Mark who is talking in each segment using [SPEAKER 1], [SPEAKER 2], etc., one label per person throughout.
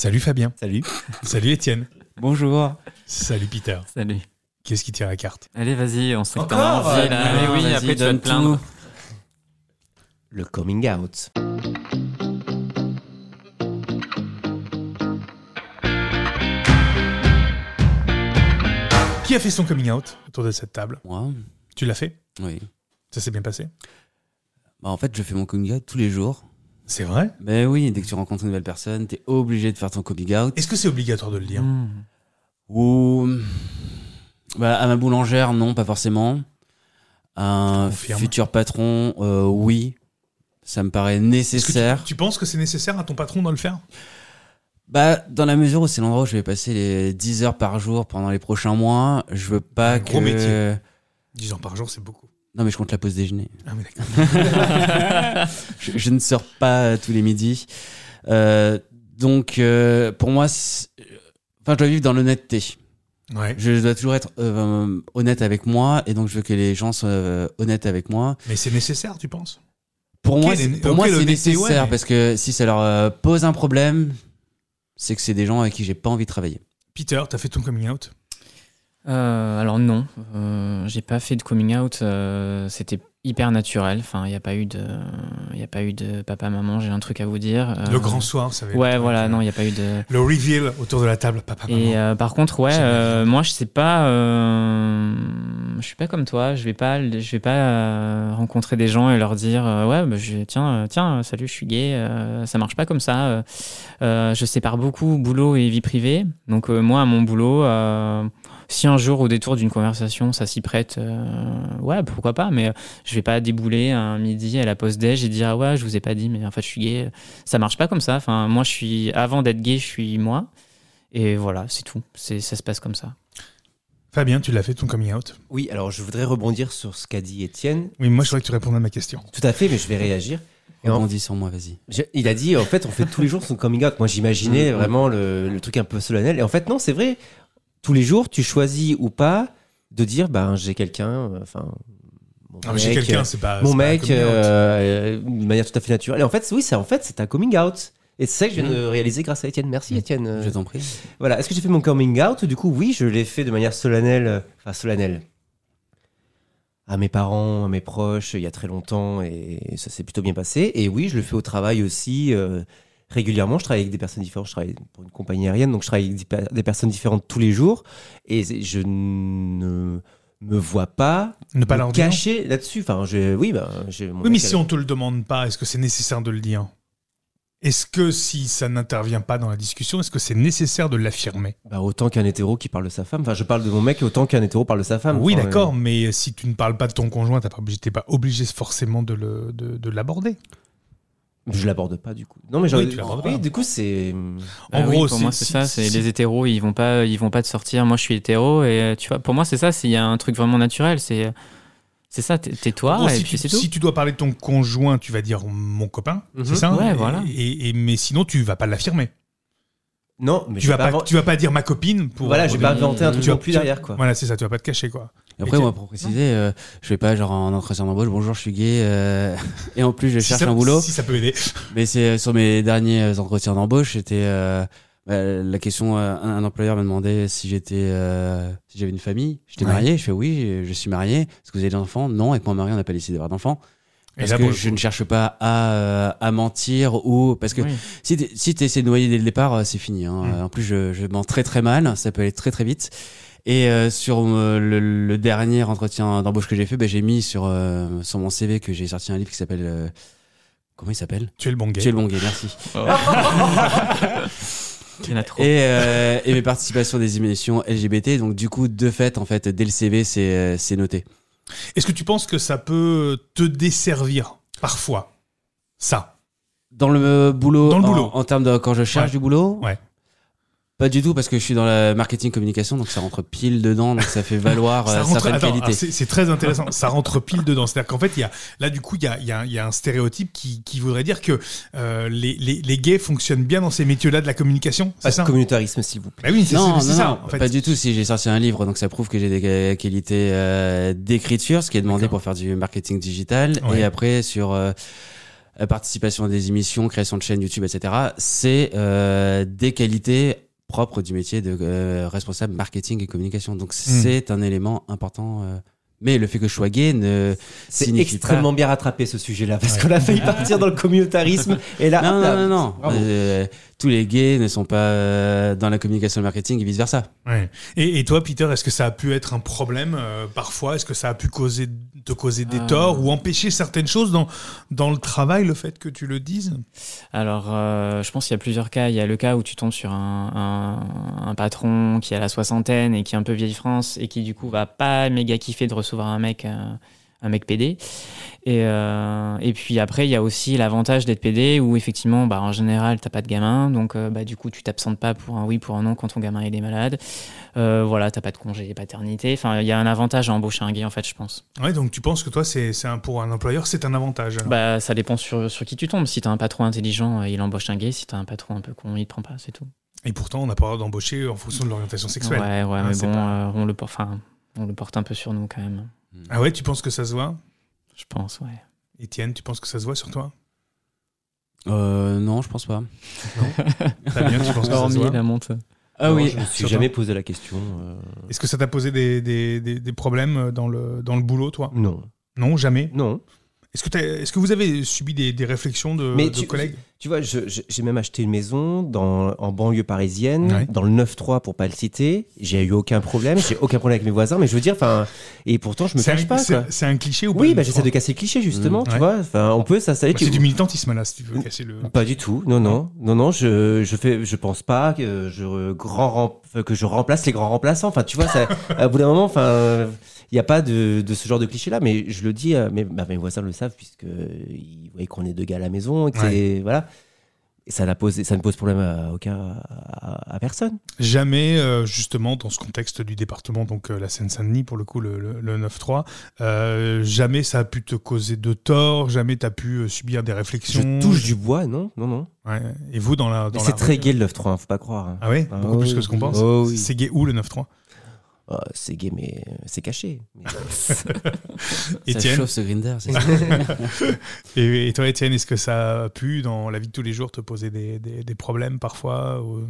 [SPEAKER 1] Salut Fabien.
[SPEAKER 2] Salut.
[SPEAKER 1] Salut Étienne.
[SPEAKER 2] Bonjour.
[SPEAKER 1] Salut Peter.
[SPEAKER 3] Salut.
[SPEAKER 1] Qu'est-ce qui tire la carte
[SPEAKER 3] Allez, vas-y, on sait que t'as
[SPEAKER 2] Encore
[SPEAKER 3] envie là. Allez,
[SPEAKER 2] Allez,
[SPEAKER 3] Ah, bah oui,
[SPEAKER 2] vas-y,
[SPEAKER 3] après tu vas
[SPEAKER 2] donne
[SPEAKER 3] te plaindre.
[SPEAKER 2] Le coming out.
[SPEAKER 1] Qui a fait son coming out autour de cette table
[SPEAKER 4] Moi,
[SPEAKER 1] Tu l'as fait
[SPEAKER 4] oui.
[SPEAKER 1] Ça s'est bien passé
[SPEAKER 4] Bah, en fait, je fais mon coming out tous les jours.
[SPEAKER 1] C'est vrai
[SPEAKER 4] Ben oui, dès que tu rencontres une nouvelle personne, t'es obligé de faire ton coming out.
[SPEAKER 1] Est-ce que c'est obligatoire de le dire
[SPEAKER 3] Mmh.
[SPEAKER 4] Ou. Bah, à ma boulangère, non, pas forcément. Un
[SPEAKER 1] Je confirme.
[SPEAKER 4] futur patron, euh, oui. Ça me paraît
[SPEAKER 1] Est-ce que tu-
[SPEAKER 4] nécessaire.
[SPEAKER 1] Tu penses que c'est nécessaire à ton patron de le faire
[SPEAKER 4] Bah, dans la mesure où c'est l'endroit où je vais passer les 10 heures par jour pendant les prochains mois, je veux pas
[SPEAKER 1] Un
[SPEAKER 4] que.
[SPEAKER 1] gros métier. 10 ans par jour, c'est beaucoup.
[SPEAKER 4] Non, mais je compte la pause déjeuner.
[SPEAKER 1] Ah oui, d'accord.
[SPEAKER 4] je, je ne sors pas tous les midis. Euh, donc, euh, pour moi, c'est- enfin, je dois vivre dans l'honnêteté.
[SPEAKER 1] Ouais.
[SPEAKER 4] Je dois toujours être euh, honnête avec moi, et donc je veux que les gens soient euh, honnêtes avec moi.
[SPEAKER 1] Mais c'est nécessaire, tu penses
[SPEAKER 4] Pour
[SPEAKER 1] Ok,
[SPEAKER 4] moi,
[SPEAKER 1] les-
[SPEAKER 4] c'est- pour
[SPEAKER 1] ok,
[SPEAKER 4] moi, c'est
[SPEAKER 1] l'honnêteté,
[SPEAKER 4] nécessaire
[SPEAKER 1] ouais, mais-
[SPEAKER 4] parce que si ça leur euh, pose un problème, c'est que c'est des gens avec qui j'ai pas envie de travailler.
[SPEAKER 1] Peter, t'as fait ton coming out
[SPEAKER 3] Euh, alors non, euh, j'ai pas fait de coming out. euh, C'était hyper naturel. Enfin, il n'y a pas eu de, il y a pas eu de papa maman. J'ai un truc à vous dire. Euh,
[SPEAKER 1] Le grand soir, ça va être-
[SPEAKER 3] Ouais, voilà, non, il n'y a pas eu de.
[SPEAKER 1] Le reveal autour de la table, papa, maman.
[SPEAKER 3] Et euh, par contre, ouais,
[SPEAKER 1] J'aime la
[SPEAKER 3] euh, moi je sais pas, euh, je suis pas comme toi. Je vais pas, je vais pas euh, rencontrer des gens et leur dire, euh, ouais, bah, je, tiens, euh, tiens, salut, je suis gay. euh, ça marche pas comme ça. euh. Euh, je sépare beaucoup boulot et vie privée. Donc euh, moi, à mon boulot, euh, si un jour au détour d'une conversation, ça s'y prête, euh, ouais, pourquoi pas. Mais euh, je vais pas débouler un midi à la pause déj et dire, ah ouais, je vous ai pas dit, mais en fait, je suis gay. Ça marche pas comme ça. Enfin, moi, je suis avant d'être gay, je suis moi. Et voilà, c'est tout. C'est, ça se passe comme ça.
[SPEAKER 1] Fabien, tu l'as fait ton coming out
[SPEAKER 2] Oui, alors je voudrais rebondir sur ce qu'a dit Étienne.
[SPEAKER 1] Oui, moi je voudrais que tu répondes à ma question.
[SPEAKER 2] Tout à fait, mais je vais réagir. Et en-
[SPEAKER 4] Rebondis sur moi, vas-y.
[SPEAKER 2] Je- il a dit, en fait, on fait tous les jours son coming out. Moi, j'imaginais
[SPEAKER 1] Mm,
[SPEAKER 4] Mhm.
[SPEAKER 2] vraiment le, le truc un peu solennel. Et en fait, non, c'est vrai. Tous les jours, tu choisis ou pas de dire, ben, j'ai quelqu'un, euh, enfin, mon
[SPEAKER 1] Ah, mais J'ai
[SPEAKER 2] mec,
[SPEAKER 1] quelqu'un,
[SPEAKER 2] euh,
[SPEAKER 1] c'est pas.
[SPEAKER 2] mon
[SPEAKER 1] c'est pas un
[SPEAKER 2] mec,
[SPEAKER 1] coming out.
[SPEAKER 2] euh, euh, de manière tout à fait naturelle. Et en fait, c'est- oui, c'est en fait, c'est un coming out. Et c'est ça que je
[SPEAKER 1] Mm.
[SPEAKER 2] viens de réaliser grâce à Étienne. Merci, Étienne. Euh,
[SPEAKER 4] Je t'en prie.
[SPEAKER 2] Voilà, est-ce que j'ai fait mon coming out Du coup, oui, je l'ai fait de manière solennelle, euh, enfin solennelle, à mes parents, à mes proches, il y a très longtemps, et ça s'est plutôt bien passé. Et oui, je le fais au travail aussi, euh, régulièrement. Je travaille avec des personnes différentes, je travaille pour une compagnie aérienne, donc je travaille avec des, per- des personnes différentes tous les jours, et c'est- je ne me vois pas
[SPEAKER 1] Ne pas
[SPEAKER 2] me
[SPEAKER 1] leur dire.
[SPEAKER 2] cacher là-dessus. Enfin, je, oui, ben, j'ai mon
[SPEAKER 1] Oui, mais
[SPEAKER 2] mec
[SPEAKER 1] si on te le demande pas, est-ce que c'est nécessaire de le dire Est-ce que si ça n'intervient pas dans la discussion, est-ce que c'est nécessaire de l'affirmer
[SPEAKER 2] Bah, autant qu'un hétéro qui parle de sa femme. Enfin, je parle de mon mec autant qu'un hétéro parle de sa femme.
[SPEAKER 1] Oui,
[SPEAKER 2] Enfin,
[SPEAKER 1] d'accord, mais si tu ne parles pas de ton conjoint, t'es pas obligé, t'es pas obligé forcément de le- de- de l'aborder.
[SPEAKER 2] Je l'aborde pas du coup. Non mais
[SPEAKER 1] Oui,
[SPEAKER 2] j'en-
[SPEAKER 1] tu l'abordes
[SPEAKER 2] oui,
[SPEAKER 1] pas.
[SPEAKER 2] du coup c'est mm,
[SPEAKER 1] En
[SPEAKER 3] Bah oui,
[SPEAKER 1] gros,
[SPEAKER 3] pour
[SPEAKER 1] si-
[SPEAKER 3] moi, c'est
[SPEAKER 1] si-
[SPEAKER 3] ça. C'est
[SPEAKER 1] si-
[SPEAKER 3] les hétéros, ils vont pas, ils vont pas te sortir. Moi, je suis hétéro, et euh, tu vois, pour moi, c'est ça. c'est- Il y a un truc vraiment naturel. C'est, euh, c'est ça. T'es, t'es
[SPEAKER 1] En
[SPEAKER 3] toi,
[SPEAKER 1] gros,
[SPEAKER 3] Ah, et
[SPEAKER 1] si,
[SPEAKER 3] puis
[SPEAKER 1] tu,
[SPEAKER 3] c'est tout.
[SPEAKER 1] si tu dois parler de ton conjoint, tu vas dire mon copain,
[SPEAKER 2] Mhm.
[SPEAKER 1] c'est ça
[SPEAKER 3] Ouais,
[SPEAKER 1] Et-
[SPEAKER 3] voilà.
[SPEAKER 1] Et, et- mais sinon, tu vas pas l'affirmer.
[SPEAKER 2] non mais
[SPEAKER 1] Tu
[SPEAKER 2] je vais
[SPEAKER 1] vas pas,
[SPEAKER 2] inven-
[SPEAKER 1] tu vas pas dire ma copine pour.
[SPEAKER 2] voilà, je vais pas inventer un truc
[SPEAKER 1] Tu vas-
[SPEAKER 2] non plus
[SPEAKER 1] tu-
[SPEAKER 2] derrière quoi.
[SPEAKER 1] Voilà, c'est ça. Tu vas pas te cacher, quoi.
[SPEAKER 4] Et Après,
[SPEAKER 1] tu-
[SPEAKER 4] moi, pour préciser, euh, je vais pas genre en entretien d'embauche, bonjour, je suis gay, euh, et en plus, je
[SPEAKER 1] Si
[SPEAKER 4] cherche
[SPEAKER 1] ça-
[SPEAKER 4] un boulot.
[SPEAKER 1] Si ça peut aider.
[SPEAKER 4] Mais c'est euh, sur mes derniers euh, entretiens d'embauche, c'était euh, bah, la question. euh, un, un employeur m'a demandé si j'étais, euh, si j'avais une famille. J'étais
[SPEAKER 1] Ouais.
[SPEAKER 4] marié. Je fais oui, je- je suis marié. Est-ce que vous avez des enfants Non. Avec mon mari, on n'a pas décidé d'avoir d'enfants.
[SPEAKER 1] Et
[SPEAKER 4] Parce
[SPEAKER 1] là,
[SPEAKER 4] que
[SPEAKER 1] pour le
[SPEAKER 4] je
[SPEAKER 1] coup-
[SPEAKER 4] ne cherche pas à, euh, à mentir ou parce que
[SPEAKER 3] Oui.
[SPEAKER 4] si t'es- si tu essaies de noyer dès le départ, euh, c'est fini. hein.
[SPEAKER 1] Mm.
[SPEAKER 4] Euh, En plus, je, je mens très très mal. Ça peut aller très très vite. Et euh, sur euh, le, le dernier entretien d'embauche que j'ai fait, ben, j'ai mis sur euh, sur mon CV que j'ai sorti un livre qui s'appelle euh, comment il s'appelle
[SPEAKER 1] tu es le bon gars.
[SPEAKER 4] Tu es le bon gay. Merci.
[SPEAKER 3] Il y en a trop.
[SPEAKER 4] et, euh, et mes participations des émissions LGBT. Donc du coup, de fait, en fait, dès le CV, c'est euh, c'est noté.
[SPEAKER 1] Est-ce que tu penses que ça peut te desservir parfois Ça.
[SPEAKER 4] Dans le euh, boulot,
[SPEAKER 1] Dans le
[SPEAKER 4] en-
[SPEAKER 1] boulot.
[SPEAKER 4] En, termes de quand je cherche
[SPEAKER 1] Ouais.
[SPEAKER 4] du boulot,
[SPEAKER 1] Ouais.
[SPEAKER 4] Pas du tout parce que je suis dans la marketing communication, donc ça rentre pile dedans, donc ça fait valoir
[SPEAKER 1] Ça
[SPEAKER 4] euh,
[SPEAKER 1] rentre-
[SPEAKER 4] certaines
[SPEAKER 1] attends, ah, alors
[SPEAKER 4] qualités.
[SPEAKER 1] c'est- C'est très intéressant. ça rentre pile dedans. C'est-à-dire qu'en fait, il y a, là, du coup, il y a, il y a un- il y a un stéréotype qui, qui voudrait dire que euh, les, les- les gays fonctionnent bien dans ces métiers-là de la communication.
[SPEAKER 2] Pas
[SPEAKER 1] C'est
[SPEAKER 2] de
[SPEAKER 1] ça
[SPEAKER 2] communautarisme s'il vous plaît.
[SPEAKER 1] Bah oui, c'est
[SPEAKER 4] Non,
[SPEAKER 1] c'est- c'est
[SPEAKER 4] non,
[SPEAKER 1] ça.
[SPEAKER 4] non,
[SPEAKER 1] en fait.
[SPEAKER 4] pas du tout. Si j'ai sorti un livre, donc ça prouve que j'ai des euh, qualités euh, d'écriture, ce qui est demandé
[SPEAKER 1] D'accord.
[SPEAKER 4] pour faire du marketing digital.
[SPEAKER 1] Ouais.
[SPEAKER 4] Et après sur euh, euh, participation à des émissions, création de chaînes YouTube, etc. C'est euh, des qualités propres du métier de euh, responsable marketing et communication. Donc
[SPEAKER 1] Hmm.
[SPEAKER 4] c'est un élément important. euh, mais le fait que je sois gay ne
[SPEAKER 2] C'est
[SPEAKER 4] signifie
[SPEAKER 2] extrêmement bien rattrapé ce sujet-là, parce
[SPEAKER 1] Ouais.
[SPEAKER 2] qu'on a failli partir dans le communautarisme. Et là,
[SPEAKER 4] pas. Non,
[SPEAKER 2] hop,
[SPEAKER 4] non,
[SPEAKER 2] là,
[SPEAKER 4] non, non.
[SPEAKER 2] bravo.
[SPEAKER 4] Euh, tous les gays ne sont pas euh, dans la communication et le marketing et vice versa.
[SPEAKER 1] Ouais. Et, et toi, Peter, est-ce que ça a pu être un problème euh, parfois Est-ce que ça a pu causer, te causer des
[SPEAKER 4] Euh.
[SPEAKER 3] Ah.
[SPEAKER 1] torts ou empêcher certaines choses dans, dans le travail, le fait que tu le dises
[SPEAKER 3] Alors, euh, je pense qu'il y a plusieurs cas. Il y a le cas où tu tombes sur un, un- un patron qui a la soixantaine et qui est un peu vieille France et qui, du coup, va pas méga kiffer de recevoir un mec, euh, un mec PD. Et, euh, et puis après, il y a aussi l'avantage d'être PD où, effectivement, bah, en général, t'as pas de gamin. Donc, euh, bah, du coup, tu t'absentes pas pour un oui, pour un non quand ton gamin il est malade. Euh, voilà, t'as pas de congé paternité. Enfin, il y a un avantage à embaucher un gay, en fait, je pense.
[SPEAKER 1] Ouais, donc tu penses que toi, c'est c'est un, pour un employeur, c'est un avantage. alors.
[SPEAKER 3] Bah, ça dépend sur, sur qui tu tombes. Si t'as un patron intelligent, euh, il embauche un gay. Si t'as un patron un peu con, il te prend pas, c'est tout.
[SPEAKER 1] Et pourtant, on n'a pas le droit d'embaucher en fonction de l'orientation sexuelle.
[SPEAKER 3] Ouais, ouais,
[SPEAKER 1] Hein,
[SPEAKER 3] mais
[SPEAKER 1] c'est
[SPEAKER 3] bon,
[SPEAKER 1] pas-
[SPEAKER 3] euh, on, le porte, enfin, on le porte un peu sur nous quand même.
[SPEAKER 1] Ah ouais, tu penses que ça se voit
[SPEAKER 3] Je pense, ouais.
[SPEAKER 1] Étienne, tu penses que ça se voit sur toi
[SPEAKER 4] Euh, non, je pense pas.
[SPEAKER 1] Damien, tu penses que ça se
[SPEAKER 3] Hormis
[SPEAKER 1] voit
[SPEAKER 3] la monte.
[SPEAKER 4] Ah
[SPEAKER 2] Non,
[SPEAKER 4] oui.
[SPEAKER 2] je me suis
[SPEAKER 1] Surtout.
[SPEAKER 2] jamais posé la question. euh,
[SPEAKER 1] Est-ce que ça t'a posé des, des, des, des problèmes dans le, dans le boulot, toi
[SPEAKER 2] Non,
[SPEAKER 1] Non, jamais.
[SPEAKER 2] non.
[SPEAKER 1] Est-ce que, est ce que vous avez subi des, des réflexions de,
[SPEAKER 2] Mais
[SPEAKER 1] de
[SPEAKER 2] tu-
[SPEAKER 1] collègues
[SPEAKER 2] Tu vois, je- je- j'ai même acheté une maison dans, en banlieue parisienne,
[SPEAKER 1] Ouais.
[SPEAKER 2] dans le 9-3 pour pas le citer. J'ai eu aucun problème, j'ai aucun problème avec mes voisins, mais je veux dire, enfin, et pourtant je me
[SPEAKER 1] C'est
[SPEAKER 2] cache
[SPEAKER 1] un,
[SPEAKER 2] pas.
[SPEAKER 1] c'est-
[SPEAKER 2] quoi.
[SPEAKER 1] c'est un cliché ou pas
[SPEAKER 2] Oui,
[SPEAKER 1] le
[SPEAKER 2] bah j'essaie de
[SPEAKER 1] Bah,
[SPEAKER 2] casser le cliché justement,
[SPEAKER 1] Mmh.
[SPEAKER 2] tu
[SPEAKER 1] Ouais. Bah,
[SPEAKER 2] vois. Enfin, on peut, ça, ça. tu-
[SPEAKER 1] C'est du militantisme, là, si tu veux casser le...
[SPEAKER 2] Pas du tout, non, non, non, non. Je, je fais, je pense pas que je grand rem- que je remplace les grands remplaçants. Enfin, tu vois, ça, au bout d'un moment, enfin, il n'y a pas de, de ce genre de cliché là. Mais je le dis, euh, mais bah, mes voisins le savent puisque ils voient qu'on est deux gars à la maison et que
[SPEAKER 1] Ouais.
[SPEAKER 2] c'est- voilà. Et ça, n'a posé, ça ne pose problème à aucun, à, à personne.
[SPEAKER 1] Jamais, euh, justement, dans ce contexte du département, donc euh, la Seine-Saint-Denis, pour le coup, le, le- le 9-3, euh, jamais ça a pu te causer de tort, jamais t'as pu euh, subir des
[SPEAKER 2] Je
[SPEAKER 1] réflexions.
[SPEAKER 2] touche du bois, non, non, non.
[SPEAKER 1] Ouais. Et vous, dans la...
[SPEAKER 2] Mais
[SPEAKER 1] Dans
[SPEAKER 2] C'est
[SPEAKER 1] la
[SPEAKER 2] très
[SPEAKER 1] rue-
[SPEAKER 2] gay le 9-3, hein, faut pas croire. hein.
[SPEAKER 1] Ah ouais
[SPEAKER 2] Ah
[SPEAKER 1] Beaucoup plus que ce qu'on
[SPEAKER 2] oui.
[SPEAKER 1] pense
[SPEAKER 2] Oh oui.
[SPEAKER 1] C'est gay où, le 9-3
[SPEAKER 2] Ah, c'est gay, mais euh, c'est caché.
[SPEAKER 4] Ça
[SPEAKER 1] Étienne
[SPEAKER 4] chauffe ce grinder. c'est-
[SPEAKER 1] Et, et toi, Étienne, est-ce que ça a pu, dans la vie de tous les jours, te poser des, des- des problèmes parfois ou, euh,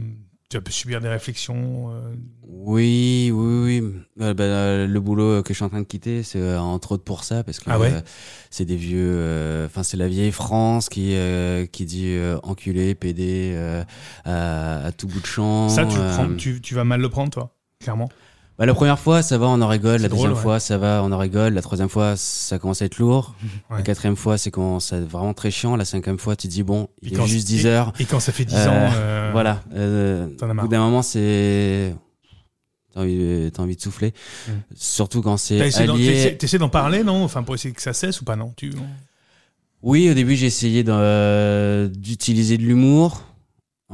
[SPEAKER 1] Tu as pu subir des réflexions euh,
[SPEAKER 4] Oui, oui, oui. Euh, bah, euh, le boulot euh, que je suis en train de quitter, c'est euh, entre autres pour ça, parce que
[SPEAKER 1] Ah ouais
[SPEAKER 4] euh, c'est des vieux. euh, Enfin, c'est la vieille France qui euh, qui dit euh, enculé, pédé euh, à, à tout bout de champ.
[SPEAKER 1] Ça, tu, le
[SPEAKER 4] euh.
[SPEAKER 1] prends- tu, tu vas mal le prendre, toi, clairement.
[SPEAKER 4] Bah, la première fois, ça va, on en rigole.
[SPEAKER 1] C'est
[SPEAKER 4] La
[SPEAKER 1] drôle,
[SPEAKER 4] deuxième
[SPEAKER 1] ouais.
[SPEAKER 4] fois, ça va, on en rigole. La troisième fois, ça commence à être lourd.
[SPEAKER 1] Ouais.
[SPEAKER 4] La quatrième fois, c'est quand c'est vraiment très chiant. La cinquième fois, tu te dis bon,
[SPEAKER 1] Et
[SPEAKER 4] il est
[SPEAKER 1] quand-
[SPEAKER 4] juste 10 heures.
[SPEAKER 1] Et quand ça fait 10
[SPEAKER 4] Euh,
[SPEAKER 1] ans. euh,
[SPEAKER 4] Voilà. Euh,
[SPEAKER 1] t'en as
[SPEAKER 4] au
[SPEAKER 1] marre.
[SPEAKER 4] bout d'un moment, c'est. T'as envie, t'as envie de souffler.
[SPEAKER 1] Mm.
[SPEAKER 4] Surtout quand
[SPEAKER 1] T'as
[SPEAKER 4] c'est
[SPEAKER 1] essayé d'en- t'essaies-
[SPEAKER 4] allié.
[SPEAKER 1] T'essaies d'en parler, non Enfin, pour essayer que ça cesse ou pas, non tu...
[SPEAKER 4] Oui, au début, j'ai essayé d'en- euh, d'utiliser de l'humour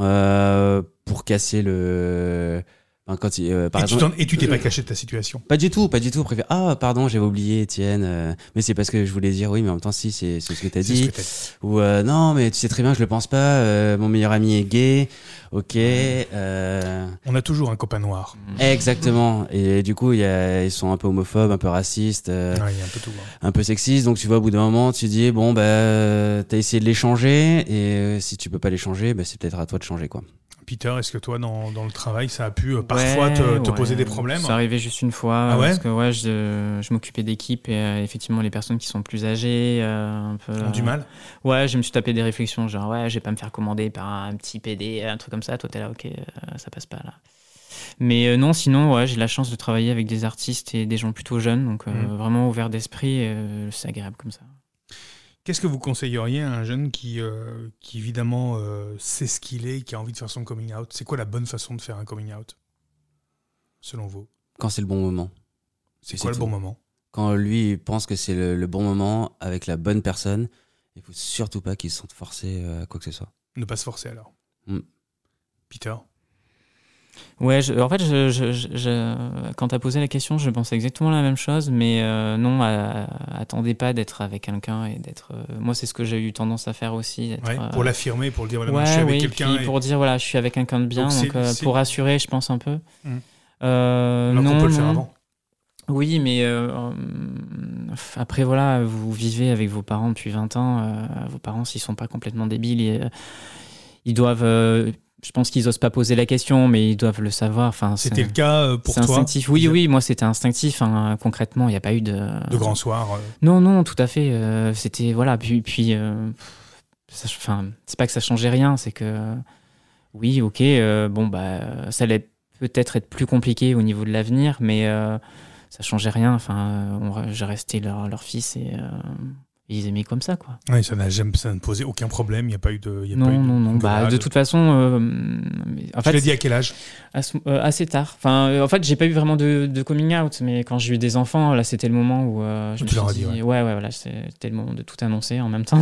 [SPEAKER 4] euh, pour casser le. Enfin, quand il- euh, par
[SPEAKER 1] et, tu
[SPEAKER 4] exemple-
[SPEAKER 1] t'en- et tu t'es pas caché de ta situation.
[SPEAKER 4] Pas du tout, pas du tout. Après, ah, pardon, j'avais oublié, Étienne. euh, mais c'est parce que je voulais dire oui, mais en même temps, si, c'est c'est ce que t'as
[SPEAKER 1] C'est ce
[SPEAKER 4] dit.
[SPEAKER 1] que t'as dit.
[SPEAKER 4] Ou euh, non, mais tu sais très bien, je le pense pas. euh, mon meilleur ami est gay. Ok. Euh...
[SPEAKER 1] On a toujours un copain noir.
[SPEAKER 4] Exactement. Et du coup, il y a- ils sont un peu homophobes, un peu racistes, euh,
[SPEAKER 1] Ouais, il y a un peu tout. hein.
[SPEAKER 4] un peu sexistes. Donc, tu vois, au bout d'un moment, tu dis, bon, bah, euh, t'as essayé de les changer. Et euh, si tu peux pas les changer, bah, c'est peut-être à toi de changer, quoi.
[SPEAKER 1] Peter, est-ce que toi, dans, dans le travail, ça a pu euh, parfois
[SPEAKER 3] Ouais,
[SPEAKER 1] te, te
[SPEAKER 3] ouais.
[SPEAKER 1] poser des problèmes
[SPEAKER 3] C'est arrivé juste une fois.
[SPEAKER 1] Ah ouais
[SPEAKER 3] Parce que ouais, je, je m'occupais d'équipe et euh, effectivement, les personnes qui sont plus âgées, euh, un peu.
[SPEAKER 1] Ont du
[SPEAKER 3] euh,
[SPEAKER 1] mal
[SPEAKER 3] Ouais, je me suis tapé des réflexions, genre, ouais, je vais pas me faire commander par un petit PD, un truc comme ça. Toi, t'es là, ok, euh, ça passe pas là. Mais euh, non, sinon, ouais, j'ai la chance de travailler avec des artistes et des gens plutôt jeunes, donc euh,
[SPEAKER 1] Mhm.
[SPEAKER 3] vraiment ouverts d'esprit, euh, c'est agréable comme ça.
[SPEAKER 1] Qu'est-ce que vous conseilleriez à un jeune qui, euh, qui évidemment, euh, sait ce qu'il est, qui a envie de faire son coming out C'est quoi la bonne façon de faire un coming out Selon vous
[SPEAKER 4] Quand c'est le bon moment.
[SPEAKER 1] C'est
[SPEAKER 4] C'est
[SPEAKER 1] quoi le
[SPEAKER 4] tout.
[SPEAKER 1] bon moment
[SPEAKER 4] Quand lui, il pense que c'est le, le bon moment avec la bonne personne, il faut surtout pas qu'il se sente forcé euh, à quoi que ce soit.
[SPEAKER 1] Ne pas se forcer alors.
[SPEAKER 4] Mm.
[SPEAKER 1] Peter
[SPEAKER 3] Ouais, je- en fait, je, je- je- je- quand t'as posé la question, je pensais exactement la même chose, mais euh, non, à- attendez pas d'être avec quelqu'un et d'être. euh, moi, c'est ce que j'ai eu tendance à faire aussi. d'être,
[SPEAKER 1] Ouais,
[SPEAKER 3] euh,
[SPEAKER 1] Pour l'affirmer, pour le dire, voilà, moi,
[SPEAKER 3] ouais,
[SPEAKER 1] je suis avec
[SPEAKER 3] oui,
[SPEAKER 1] quelqu'un.
[SPEAKER 3] puis
[SPEAKER 1] et-
[SPEAKER 3] pour dire voilà, je suis avec quelqu'un de bien,
[SPEAKER 1] Donc,
[SPEAKER 3] donc,
[SPEAKER 1] c'est-
[SPEAKER 3] euh,
[SPEAKER 1] c'est-
[SPEAKER 3] pour rassurer, je pense un peu.
[SPEAKER 1] Mm.
[SPEAKER 3] Euh,
[SPEAKER 1] Alors qu'on
[SPEAKER 3] non,
[SPEAKER 1] peut le faire
[SPEAKER 3] non.
[SPEAKER 1] avant.
[SPEAKER 3] Oui, mais euh, euh, après, voilà, vous vivez avec vos parents depuis 20 ans. euh, vos parents, s'ils sont pas complètement débiles, ils, euh, ils doivent. euh, je pense qu'ils osent pas poser la question, mais ils doivent le savoir. Enfin, c'est-
[SPEAKER 1] C'était le cas euh, pour
[SPEAKER 3] c'est
[SPEAKER 1] toi
[SPEAKER 3] instinctif. Oui, oui, moi, c'était instinctif. hein. Concrètement, il n'y a pas eu de.
[SPEAKER 1] De grand soir. euh,
[SPEAKER 3] Non, non, tout à fait. euh, c'était voilà. Puis, puis, euh, ça- enfin, c'est pas que ça changeait rien, c'est que euh, oui, ok, euh, bon bah, ça allait peut-être être plus compliqué au niveau de l'avenir, mais euh, ça changeait rien. Enfin, euh, on re- j'ai resté leur, leur fils et euh, ils aimaient comme ça, quoi.
[SPEAKER 1] ouais, ça n'a jamais ça ne posait aucun problème. Il n'y a pas eu de. il y a
[SPEAKER 3] Non,
[SPEAKER 1] pas eu de
[SPEAKER 3] non, non. Bah,
[SPEAKER 1] gueulade.
[SPEAKER 3] de toute façon, euh, mais en
[SPEAKER 1] Tu l'as
[SPEAKER 3] fait,
[SPEAKER 1] dit à quel âge
[SPEAKER 3] à ce- euh, assez tard. Enfin, euh, en fait, j'ai pas eu vraiment de, de coming out, mais quand j'ai eu des enfants, là, c'était le moment où euh, je
[SPEAKER 1] Tu leur
[SPEAKER 3] me
[SPEAKER 1] as
[SPEAKER 3] suis
[SPEAKER 1] dit,
[SPEAKER 3] dit, ouais, ouais, voilà, c'était le moment de tout annoncer en même temps.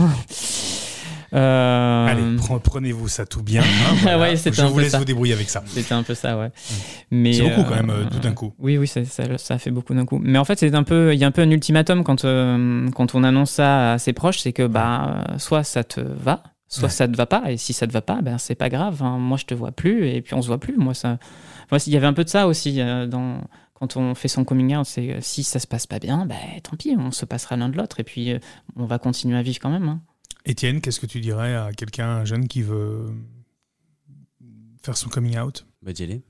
[SPEAKER 3] Euh,
[SPEAKER 1] Allez, pre- prenez-vous ça tout bien. hein, voilà.
[SPEAKER 3] Ouais, c'était
[SPEAKER 1] Je
[SPEAKER 3] un
[SPEAKER 1] vous
[SPEAKER 3] peu
[SPEAKER 1] laisse
[SPEAKER 3] ça.
[SPEAKER 1] vous débrouiller avec ça.
[SPEAKER 3] C'était un peu ça, ouais. Mais
[SPEAKER 1] Mm. C'est beaucoup
[SPEAKER 3] euh,
[SPEAKER 1] quand même, euh, tout d'un coup.
[SPEAKER 3] Oui, oui, ça, ça, ça fait beaucoup d'un coup. Mais en fait, c'est un peu, il y a un peu un ultimatum quand euh, quand on annonce ça à ses proches, c'est que bah euh, soit ça te va, soit
[SPEAKER 1] Ouais.
[SPEAKER 3] ça te va pas, et si ça te va pas, ben c'est pas grave. hein. moi, je te vois plus, et puis on se voit plus. Moi, ça, moi, il y avait un peu de ça aussi euh, dans quand on fait son coming out, c'est euh, si ça se passe pas bien, ben tant pis, on se passera l'un de l'autre, et puis euh, on va continuer à vivre quand même. hein.
[SPEAKER 1] Étienne, qu'est-ce que tu dirais à quelqu'un, un jeune qui veut faire son coming out
[SPEAKER 4] Bah, d'y aller.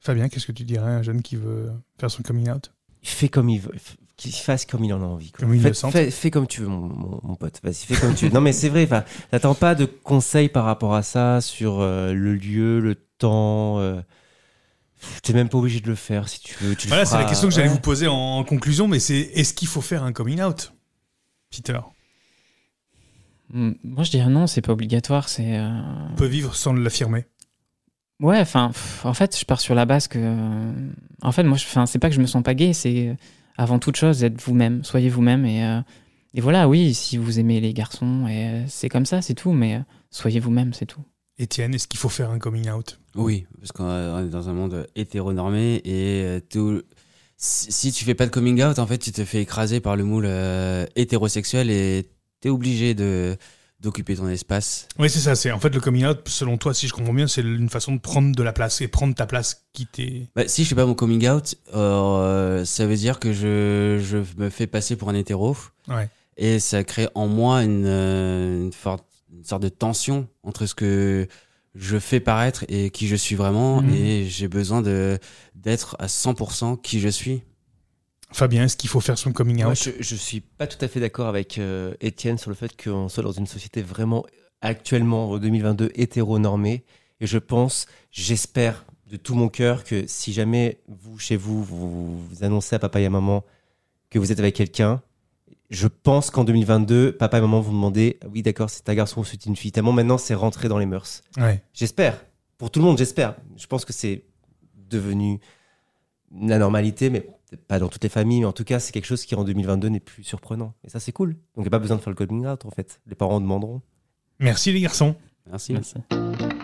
[SPEAKER 1] Fabien, qu'est-ce que tu dirais à un jeune qui veut faire son coming out
[SPEAKER 2] Fais comme il veut. f- Qu'il fasse comme il en a envie. quoi.
[SPEAKER 1] Comme il
[SPEAKER 2] fais,
[SPEAKER 1] le sent.
[SPEAKER 2] fais- fais comme tu veux, mon, mon- mon pote. Vas-y, fais comme tu veux. Non, mais c'est vrai. enfin, T'attends pas de conseils par rapport à ça sur euh, le lieu, le temps. euh, T'es même pas obligé de le faire si tu veux. Tu le
[SPEAKER 1] Voilà, c'est la
[SPEAKER 2] feras,
[SPEAKER 1] question que j'allais
[SPEAKER 2] ouais.
[SPEAKER 1] vous poser en, en conclusion, mais c'est est-ce qu'il faut faire un coming out Peter,
[SPEAKER 3] Mm. Moi, je dirais non, c'est pas obligatoire, c'est euh,
[SPEAKER 1] on peut vivre sans l'affirmer.
[SPEAKER 3] Ouais, enfin, pff, en fait, je pars sur la base que. euh, En fait, moi, je- enfin, c'est pas que je me sens pas gay, c'est euh, avant toute chose, êtes vous-même, soyez vous-même. Et, euh, et voilà, oui, si vous aimez les garçons, et euh, c'est comme ça, c'est tout, mais euh, soyez vous-même, c'est tout.
[SPEAKER 1] Étienne, est-ce qu'il faut faire un coming out
[SPEAKER 4] Oui, parce qu'on on est dans un monde hétéronormé et euh, tout- si, si tu fais pas de coming out, en fait, tu te fais écraser par le moule euh, hétérosexuel et t'es obligé de d'occuper ton espace.
[SPEAKER 1] Oui, c'est ça. C'est en fait le coming out. Selon toi, si je comprends bien, c'est une façon de prendre de la place et prendre ta place, quitter.
[SPEAKER 4] Bah, si je fais pas mon coming out, euh, ça veut dire que je, je me fais passer pour un hétéro
[SPEAKER 1] Ouais.
[SPEAKER 4] et ça crée en moi une, euh, une, forte, une sorte de tension entre ce que je fais paraître et qui je suis vraiment
[SPEAKER 1] Mhm.
[SPEAKER 4] et j'ai besoin de d'être à 100% qui je suis.
[SPEAKER 1] Fabien, est-ce qu'il faut faire son coming
[SPEAKER 2] Moi,
[SPEAKER 1] out
[SPEAKER 2] je, je suis pas tout à fait d'accord avec euh, Étienne sur le fait qu'on soit dans une société vraiment actuellement en 2022 hétéronormée. Et je pense, j'espère de tout mon cœur que si jamais vous chez vous vous, vous annoncez à papa et à maman que vous êtes avec quelqu'un, je pense qu'en 2022 papa et maman vous demandez oui d'accord c'est un garçon ou c'est une fille. Tellement maintenant c'est rentré dans les mœurs.
[SPEAKER 1] Ouais.
[SPEAKER 2] J'espère. Pour tout le monde, j'espère. Je pense que c'est devenu la normalité, mais peut-être pas dans toutes les familles. Mais en tout cas, c'est quelque chose qui en 2022 n'est plus surprenant. Et ça, c'est cool. Donc, il n'y a pas besoin de faire le coming out, en fait. Les parents demanderont.
[SPEAKER 1] Merci les garçons.
[SPEAKER 4] Merci.
[SPEAKER 3] Merci.